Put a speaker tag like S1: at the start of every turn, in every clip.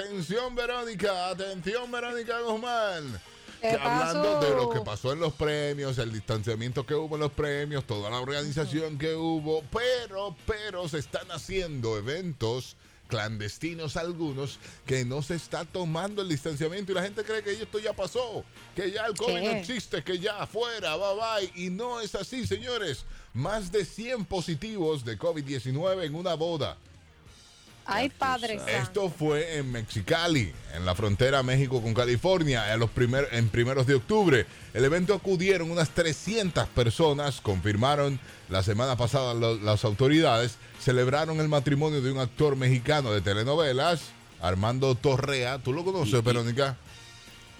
S1: Atención, Verónica. Atención, Verónica Guzmán.
S2: ¿Qué
S1: Que hablando
S2: pasó?
S1: de lo que pasó en los premios, el distanciamiento que hubo en los premios, toda la organización que hubo, pero, pero se están haciendo eventos clandestinos algunos que no se está tomando el distanciamiento y la gente cree que esto ya pasó, que ya el COVID no
S2: ¿Qué?
S1: existe, que ya afuera, bye bye, y no es así, señores. Más de 100 positivos de COVID-19 en una boda.
S2: Ay, Padre Santo.
S1: Esto fue en Mexicali, en la frontera México con California, en, los primer- en primeros de octubre. El evento acudieron unas 300 personas, confirmaron la semana pasada lo- las autoridades, celebraron el matrimonio de un actor mexicano de telenovelas, Armando Torrea, tú lo conoces, Verónica,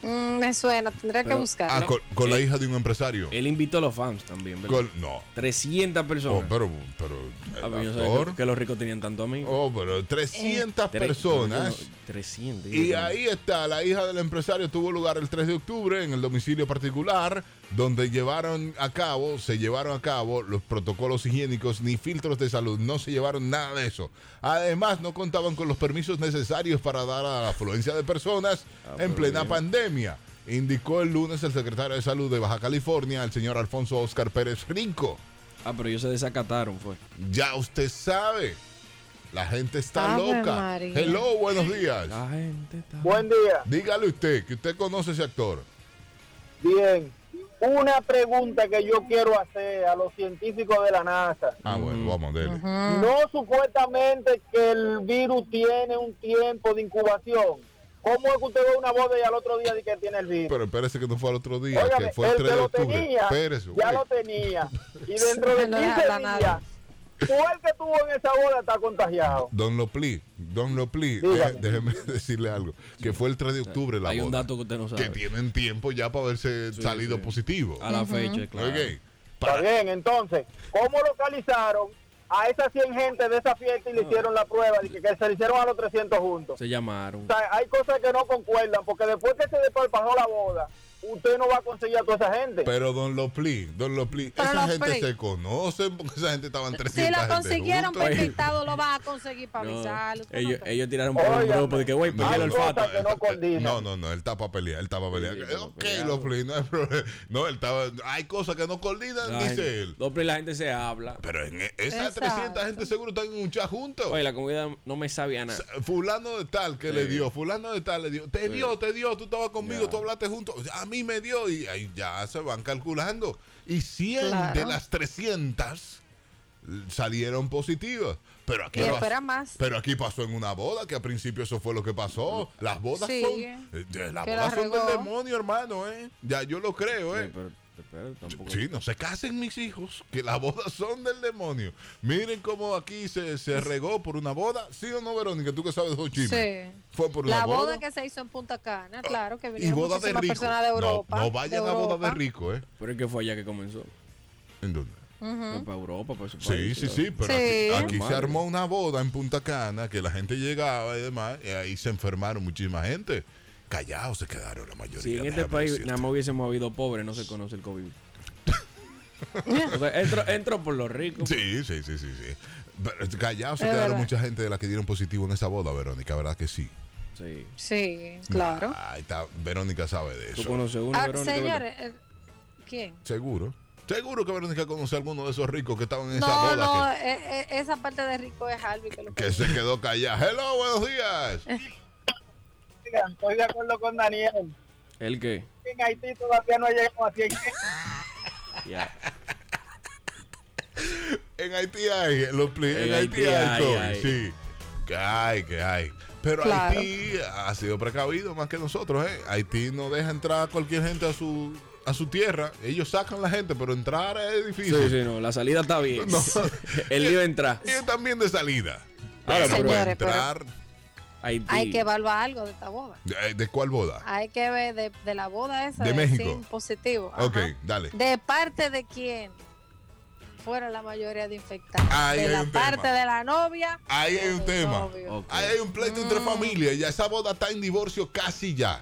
S2: Mm, me suena, tendría que
S3: Pero-
S1: Ah,
S2: buscarlo.
S1: con, con la
S3: Sí. Eh,
S1: hija de un empresario.
S3: Él invitó a los fans también, ¿verdad?
S1: Con- no,
S3: 300
S1: Oh,
S3: personas.
S1: pero, pero
S3: Ah,
S1: el
S3: pero yo sabía
S1: actor,
S3: que, que los ricos tenían tanto amigos.
S1: oh, pero 300
S3: Tre-
S1: personas.
S3: no, yo no, 300. yo
S1: Y
S3: creo.
S1: ahí está, la hija del empresario tuvo lugar el 3 de octubre en el domicilio particular, donde llevaron a cabo, se llevaron a cabo los protocolos higiénicos ni filtros de salud, no se llevaron nada de eso. Además, no contaban con los permisos necesarios para dar a la afluencia de personas
S3: Ah,
S1: en
S3: pero
S1: plena
S3: bien.
S1: pandemia. Indicó el lunes el secretario de Salud de Baja California, el señor Alfonso Oscar Pérez Rico.
S3: Ah, pero ellos se desacataron, fue.
S1: Ya usted sabe, la gente está
S2: Ave
S1: loca.
S2: María.
S1: Hello, buenos días.
S3: La gente está.
S4: Buen día.
S1: Dígale usted, que usted conoce ese actor.
S4: Bien. Una pregunta que yo quiero hacer a los científicos de la NASA.
S1: Ah, bueno, vamos, dele.
S2: Mm.
S4: No supuestamente que el virus tiene un tiempo de incubación. ¿Cómo es que usted ve una boda y al otro día dice que tiene el virus?
S1: Pero espérese que no fue al otro día,
S4: Óigame,
S1: que fue el 3
S4: que
S1: de
S4: lo
S1: octubre.
S4: tenía,
S1: espérese,
S4: ya
S1: güey.
S4: lo tenía. Y dentro de
S2: No
S4: 15
S2: le habla nada.
S4: días, tú el que estuvo en esa boda está contagiado.
S1: Don Lopli, Don Lopli,
S4: Dígame.
S1: deje- déjeme decirle algo. Que fue el 3 de octubre la
S3: Hay un
S1: boda,
S3: dato que usted no
S1: Que
S3: sabe.
S1: tienen tiempo ya para haberse
S3: Sí,
S1: salido
S3: sí.
S1: positivo.
S3: A la fecha, claro.
S1: Ok.
S4: Está
S1: Para,
S4: bien, entonces, ¿cómo localizaron a esas 100 gente de esa fiesta
S1: Ah.
S4: y le hicieron la prueba? Dice que se le hicieron a los 300 juntos.
S3: Se llamaron.
S4: O sea, hay cosas que no concuerdan, porque después que se despalpajó la boda, usted no va a conseguir a toda esa gente.
S1: pero Don Lopli, Don Lopli,
S2: Pero
S1: esa
S2: Lopli.
S1: gente se conoce porque esa gente estaba en 300
S2: Si la
S1: gente
S2: consiguieron
S1: juntos.
S2: petitado, lo vas a conseguir para
S3: No,
S2: avisarlo. tú no
S3: ellos,
S2: crees.
S3: ellos tiraron por un
S4: Óigame.
S3: grupo de que, güey, perdí el
S4: Hay cosas
S3: olfato.
S4: que no condicen.
S1: No, no, no, él está para pelear, él está para pelear.
S3: Sí, sí,
S1: ok,
S3: pelear.
S1: Lopli, no hay problema. No, él estaba. Hay cosas que no coordinan,
S3: La gente-
S1: dice él.
S3: No, pero la gente se habla.
S1: Pero en e- esas
S2: Exacto.
S1: 300 gente seguro están en un chat juntos.
S3: Oye, la comida no me sabía nada.
S1: Fulano de tal que le dio, fulano de tal le dio, te dio, te dio, tú estabas conmigo,
S3: Ya.
S1: tú hablaste juntos, a mí me dio y ahí ya se van calculando. Y 100
S2: Claro.
S1: de las 300 l- salieron positivas. Pero aquí,
S2: Y
S1: pas-
S2: espera más.
S1: pero aquí pasó en una boda, que al principio eso fue lo que pasó. Las bodas
S2: Sí.
S1: son, eh, de- las
S2: Que la
S1: bodas son del
S2: regó.
S1: demonio, hermano, ¿eh? Ya yo lo creo, ¿eh?
S3: Oye, pero, pero tampoco.
S1: Sí, no se casen mis hijos, que las bodas son del demonio. Miren cómo aquí se, se regó por una boda. ¿Sí o no, Verónica? Tú que sabes de esos chismes.
S2: Sí.
S1: Fue por una
S2: La
S1: boda.
S2: boda que se hizo en Punta Cana, claro, que
S1: Ah, y
S2: vinieron
S1: boda de
S2: muchísimas
S1: rico.
S2: personas de Europa.
S1: no, no vayan
S2: de
S1: a boda
S2: Europa.
S1: de rico, ¿eh?
S3: Pero es que fue allá que comenzó.
S1: ¿En dónde?
S3: Fue Para Europa, para su
S1: Sí,
S3: país,
S1: sí,
S3: ¿no?
S1: sí, pero
S2: Sí.
S1: aquí, aquí se
S3: Normal.
S1: armó una boda en Punta Cana que la gente llegaba y demás, y ahí se enfermaron muchísima gente. Callados se quedaron la mayoría.
S3: Si en este
S1: déjame
S3: país
S1: decirte.
S3: nada más hubiésemos habido pobres, no se conoce el COVID. o sea, entro, entro por los ricos.
S1: Sí, sí, sí, sí, sí. Pero Callados se
S2: Es
S1: quedaron
S2: verdad.
S1: mucha gente de la que dieron positivo en esa boda, Verónica, ¿verdad que sí?
S3: Sí.
S2: Sí, claro.
S1: Ah, Ahí está, Verónica sabe de
S3: Tú
S1: eso.
S3: conoces uno,
S2: Ah,
S3: Ah, Verónica,
S2: señores, eh, ¿quién?
S1: Seguro. Seguro que Verónica conoce a alguno de esos ricos que estaban en esa
S2: No,
S1: boda
S2: no,
S1: que-
S2: eh, eh, esa parte de rico es Harvey que lo
S1: que, se quedó callada. Hello, buenos días.
S4: Estoy de acuerdo con Daniel.
S3: ¿verdad? ¿El qué?
S4: En Haití todavía no llegamos a 100 gente.
S3: Ya.
S1: En Haití hay, en los pli- en
S3: En
S1: Haití
S3: Haití
S1: hay
S3: hay,
S1: COVID,
S3: hay.
S1: sí. Que hay, que hay. Pero
S2: Claro.
S1: Haití ha sido precavido más que nosotros, ¿eh? Haití no deja entrar a cualquier gente a su, a su tierra. Ellos sacan la gente, pero entrar es
S3: Sí,
S1: difícil.
S3: sí, no. La salida está bien.
S1: No.
S3: el lío entra.
S1: Ellos también de salida. pero
S3: Ahora, pero-
S1: para
S2: Señores, pero-
S1: entrar,
S3: Haití.
S2: Hay que evaluar algo de esta boda.
S1: eh, ¿de cuál boda?
S2: Hay que ver de, de la boda esa
S1: De
S2: de
S1: México.
S2: sin positivo. ajá.
S1: Ok, dale.
S2: ¿De parte de quién? Fueron la mayoría de infectados.
S1: Ahí
S2: de
S1: hay
S2: la
S1: un tema.
S2: parte de la novia.
S1: Ahí
S2: o
S1: hay un
S2: del
S1: tema.
S2: novio.
S3: Ok.
S1: Ahí hay un pleito entre
S2: Mm.
S1: familias. Ya esa boda está en divorcio casi ya.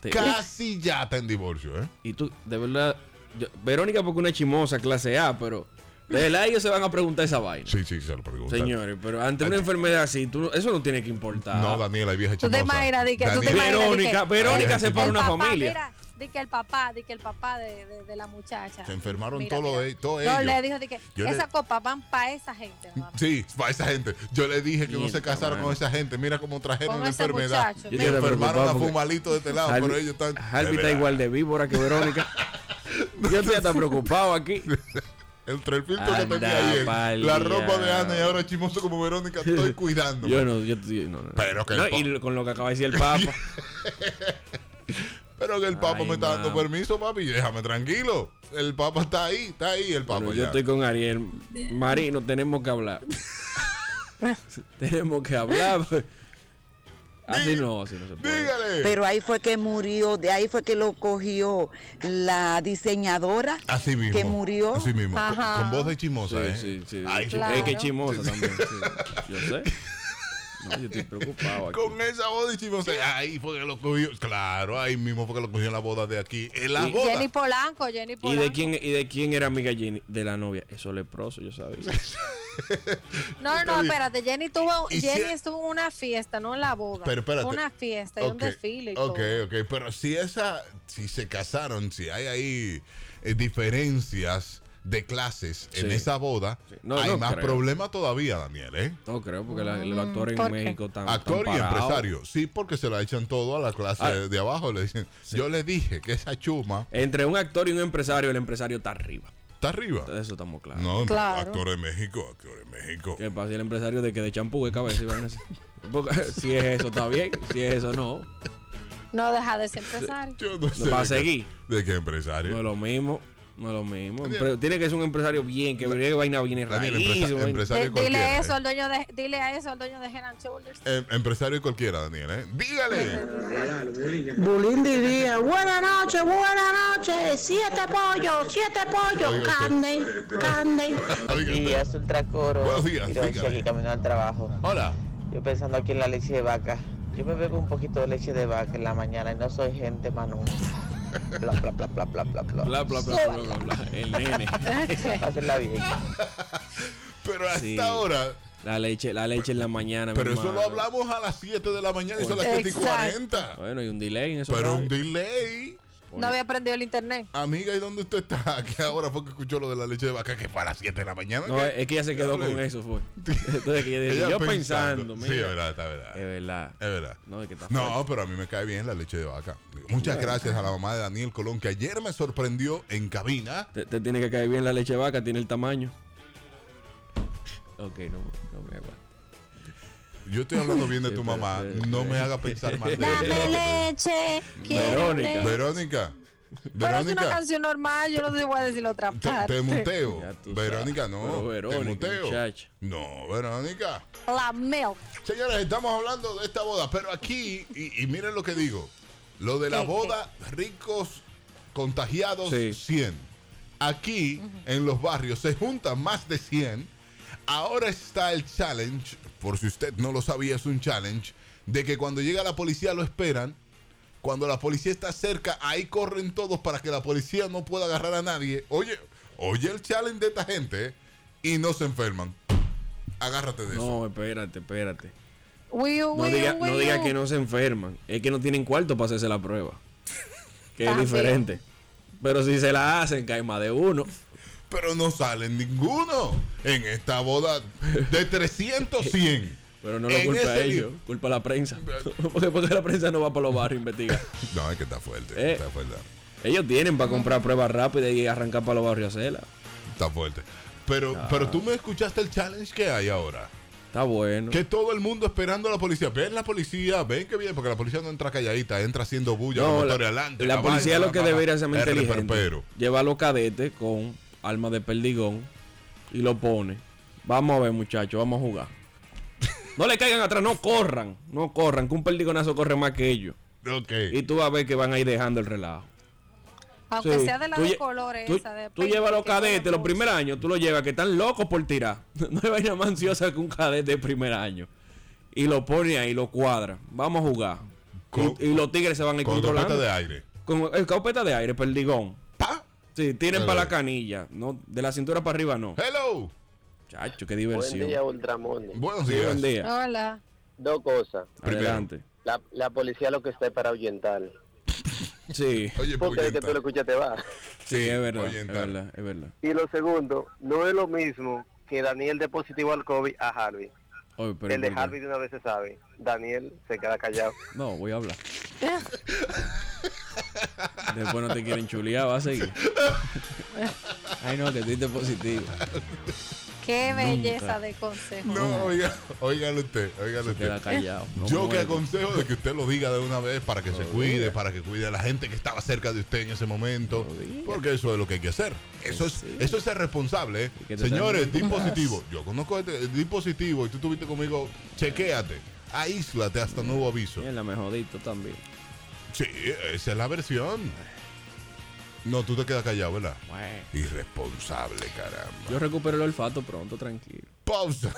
S3: Te-
S1: Casi ya está en divorcio, ¿eh?
S3: Y tú, de verdad. yo- Verónica, porque una chimosa clase A, pero Desde el aire se van a preguntar esa vaina.
S1: Sí, sí, se lo pregunto.
S3: Señores, pero ante una enfermedad así, tú no- eso no tiene que importar.
S1: No, Daniela, hay vieja
S2: Tú te
S1: chismosa.
S2: imaginas, di que tú te
S1: Daniela-
S2: imaginas. di que-
S3: Verónica- Verónica
S2: di
S1: se
S2: que
S1: para
S2: el
S3: una
S2: papá,
S3: familia.
S2: Mira, di que el papá, di que el papá de, de- de la muchacha.
S1: Se enfermaron
S2: Mira,
S1: todos
S2: mira.
S1: los- todos
S2: No,
S1: ellos.
S2: le dijo, di que
S1: Yo le-
S2: esas copas van para esa gente, hermano.
S1: Sí, para esa gente. Yo le dije que no se
S3: Mierda,
S1: casaron
S3: mano.
S1: con esa gente. Mira cómo trajeron
S2: Con
S1: la
S2: ese
S1: enfermedad.
S2: muchacho.
S1: Y
S2: Yo
S3: te
S1: enfermaron
S3: preocupaba
S1: a
S3: porque
S1: Fumalito de este lado,
S3: Harvey-
S1: pero ellos están.
S3: Harvey
S1: De
S3: está
S1: verdad,
S3: igual de víbora que Verónica. Yo estoy hasta preocupado aquí.
S1: Entre el filtro que
S3: Anda,
S1: tenía ayer,
S3: pa'l
S1: la ropa de
S3: diablo.
S1: Ana y ahora chismoso como Verónica, estoy cuidando.
S3: Yo no, yo, yo- no, no.
S1: Pero que el
S3: No,
S1: pa-
S3: y lo- con lo que acaba de decir el Papa.
S1: Pero que el Papa
S3: Ay,
S1: me está dando
S3: mamá.
S1: permiso, papi. Déjame tranquilo. El Papa está ahí, está ahí el Papa.
S3: Bueno, yo
S1: ya.
S3: estoy con Ariel. Marino, tenemos que hablar. tenemos que hablar. Así no, así no se puede.
S1: Dígale.
S5: Pero ahí fue que murió, de ahí fue que lo cogió la diseñadora
S1: Así mismo.
S5: que murió.
S1: Así mismo. Con,
S2: Ajá.
S1: con voz de chismosa, ¿eh?
S3: Sí, sí, sí.
S1: Ay,
S3: Sí,
S2: Claro.
S3: Es que es chismosa también. sí. Yo sé. No, yo estoy preocupado aquí.
S1: Con esa voz de chismosa. Ahí fue que lo cogió. Claro, ahí mismo fue que lo cogió en la boda de aquí. En la
S3: Y-
S1: boda.
S2: Jenny Polanco, Jenny
S3: ¿Y
S2: Polanco.
S3: de, quién, ¿Y de quién era amiga Jenny? De la novia. Eso es leproso, yo sabía.
S2: No, no, espérate. Jenny tuvo,
S1: Y si-
S2: Jenny estuvo en una fiesta, no en la boda.
S1: Pero espérate.
S2: Una fiesta y un
S1: Ok,
S2: desfile. y
S1: Ok,
S2: todo.
S1: ok. Pero si esa, si se casaron, si hay ahí eh, diferencias de clases en
S3: Sí.
S1: esa boda,
S3: Sí. No,
S1: hay
S3: no
S1: más
S3: creo.
S1: problema todavía, Daniel, ¿eh?
S3: No creo, porque la- los actores
S2: Mm. ¿por
S3: en
S2: qué?
S3: México están.
S1: Actor
S3: están
S1: y
S3: parados.
S1: empresario. Sí, porque se la echan todo a la clase
S3: Ah.
S1: de abajo. Le dicen, yo le dije que esa chuma
S3: Entre un actor y un empresario, el empresario está arriba.
S1: está arriba.
S3: De eso estamos claros.
S1: No, no,
S2: Claro.
S1: actor de México, actor de México.
S3: ¿Qué pasa? Y el empresario de que de champú de cabeza y van así. Porque si es eso, está bien. Si es eso, no.
S2: No deja de ser empresario.
S1: Yo no sé
S3: Va a
S1: de qué-
S3: seguir.
S1: ¿De qué
S3: No es
S1: empresario?
S3: lo mismo. No es lo mismo. Empre- tiene que ser un empresario bien, que briegue vaina bien
S1: Daniel,
S3: raíz,
S1: empresa-
S3: vaina-
S1: empresario
S2: Di- dile
S1: cualquiera.
S2: eso
S1: ¿eh?
S2: al dueño de, dile a eso al dueño de Head and Shoulders.
S1: Em- empresario cualquiera, Daniel, ¿eh? Dígale.
S6: Bulín diría, buenas noches, buenas noches, siete pollos, siete pollos,
S1: Oiga,
S6: carne, carne.
S1: Oiga,
S7: días, Ultracoro.
S1: Buenos días,
S7: Hiroshi
S1: dígame.
S7: aquí camino al trabajo.
S1: Hola.
S7: Yo pensando aquí en la leche de vaca. Yo me bebo un poquito de leche de vaca en la mañana y no soy gente, Manu. Bla, bla, bla, bla, bla, bla, bla.
S3: Bla, bla, bla, bla, bla, bla, bla. El nene.
S7: Pásenla bien.
S1: Pero hasta
S3: Sí.
S1: ahora.
S3: La leche, la leche en la mañana. mi
S1: Pero eso lo
S3: hermano.
S1: hablamos a las 7 de la mañana y son las 7 y
S2: Exacto.
S1: 40.
S3: Bueno, hay un delay en eso.
S1: Pero
S3: ¿no?
S1: un delay.
S2: No había aprendido el internet.
S1: Amiga, ¿y dónde usted está? Que ahora fue que escuchó lo de la leche de vaca, que para las 7 de la mañana.
S3: No,
S1: que-
S3: es que ella se quedó con eso, fue. Entonces, que ella dijo,
S1: Ella
S3: yo pensando,
S1: Sí, es
S3: mira.
S1: verdad, está verdad.
S3: Es verdad.
S1: Es verdad.
S3: No, es que está
S1: No, pero a mí me cae bien la leche de vaca. Muchas gracias a la mamá de Daniel Colón, que ayer me sorprendió en cabina.
S3: Te, te tiene que caer bien la leche de vaca, tiene el tamaño. Ok, no, no me aguanto.
S1: Yo estoy hablando bien de
S3: Sí,
S1: tu
S3: pero-
S1: mamá,
S3: pero-
S1: no me haga pensar mal. de
S2: Dame
S1: ella.
S2: leche. quiero
S3: Verónica.
S2: leche.
S1: Verónica,
S2: Pero es una
S1: Verónica,
S2: canción normal, yo no te voy a decir otra
S1: te,
S2: parte.
S1: te muteo.
S3: Ya tú
S1: Verónica,
S3: sabes.
S1: no.
S3: Pero
S1: te
S3: Verónica,
S1: muteo.
S3: muchacha.
S1: No, Verónica.
S2: La milk.
S1: Señores, estamos hablando de esta boda, pero aquí, y, y miren lo que digo, lo de la
S2: ¿Qué,
S1: boda ricos contagiados
S3: Sí.
S1: 100. Aquí, en los barrios, se juntan más de 100. Ahora está el challenge, por si usted no lo sabía, es un challenge, de que cuando llega la policía lo esperan. Cuando la policía está cerca, ahí corren todos para que la policía no pueda agarrar a nadie. Oye, oye el challenge de esta gente ¿eh? y no se enferman. Agárrate de eso.
S3: No, espérate, espérate.
S2: Wiu,
S3: No
S2: wiu,
S3: diga,
S2: wiu.
S3: no diga que no se enferman. Es que no tienen cuarto para hacerse la prueba. Que es
S2: También.
S3: diferente. Pero si se la hacen, cae más de uno.
S1: pero no salen ninguno en esta boda de 300 100.
S3: Pero no lo
S1: En
S3: culpa a
S1: ese
S3: ellos, culpa a la prensa. porque, porque la prensa no va para los barrios a investigar.
S1: li- No, es que está fuerte,
S3: Eh.
S1: está fuerte.
S3: Ellos tienen para comprar pruebas rápidas y arrancar para los barrios a hacerlas.
S1: Está fuerte. Pero,
S3: Ah.
S1: pero tú me escuchaste el challenge que hay ahora.
S3: Está bueno.
S1: Que todo el mundo esperando a la policía. Ven la policía, ven que viene, porque la policía no entra calladita, entra haciendo bulla,
S3: No,
S1: con
S3: la,
S1: motores adelante.
S3: la policía
S1: vaina,
S3: lo que
S1: la- la-
S3: debería ser más
S1: el
S3: inteligente.
S1: reperpero.
S3: Lleva a los cadetes con armas de perdigón y lo pone. Vamos a ver, muchachos, vamos a jugar. No le caigan atrás, no corran, no corran, que un perdigonazo corre más que ellos.
S1: Ok.
S3: Y tú vas a ver que van a ir dejando el relajo.
S2: Aunque
S3: Sí.
S2: sea de la
S3: Tú
S2: de
S3: lle-
S2: colores
S3: tú,
S2: esa de
S3: tú
S2: peine,
S3: llevas los
S2: que sea
S3: cadetes los
S2: rosa.
S3: primeros años, tú los llevas que están locos por tirar. No hay vaina más ansiosa que un cadete de primer año. Y lo pone ahí, lo cuadra. Vamos a jugar.
S1: Con-
S3: y, y los tigres se van a ir
S1: Con
S3: controlando.
S1: copeta de aire.
S3: Con el escopeta de aire, perdigón.
S1: ¡Pa!
S3: Sí, tienen
S1: Pero-
S3: para la canilla. No, de la cintura para arriba
S1: Eh.
S3: no.
S1: Hello.
S3: Chacho, qué
S4: Buen Ah.
S3: diversión.
S4: día, Ultramonde.
S1: Buenos
S3: Sí,
S1: días.
S3: buen día.
S2: Hola.
S4: Dos cosas.
S1: Primero.
S3: Adelante.
S4: La, la policía lo que está es para ahuyentar.
S3: Sí,
S1: Oye,
S4: Porque de que tú lo
S1: Poyentar.
S4: escuchas te va.
S3: sí, es verdad. Es
S1: Poyentar.
S3: verdad, es verdad.
S4: Y lo segundo, no es lo mismo que Daniel dé positivo al COVID a Harvey.
S3: Oye, pero
S4: el de
S3: ¿por qué?
S4: Harvey de una vez se sabe. Daniel se queda callado.
S3: No, voy a hablar. Después no te quieren chulear, va a seguir. Ay, no, que diste positivo.
S2: Qué belleza
S3: Nunca.
S2: de consejo.
S1: No, oiga, óigalo usted, óigalo usted.
S3: Queda callado. No
S1: Yo que
S3: muere.
S1: aconsejo de que usted lo diga de una vez para que se cuide, para que cuide a la gente que estaba cerca de usted en ese momento, porque eso es lo que hay que hacer. Eso es, eso es ser responsable. ¿eh?
S3: que te
S1: Señores,
S3: salgan
S1: di positivo. Yo conozco este di positivo y tú estuviste conmigo, chequéate, aíslate hasta nuevo aviso.
S3: Mierda, me jodito también.
S1: Sí, esa es la versión. No, tú te quedas callado, ¿verdad?
S3: Bueno.
S1: Irresponsable, caramba.
S3: Yo recupero el olfato pronto, tranquilo.
S1: Pausa.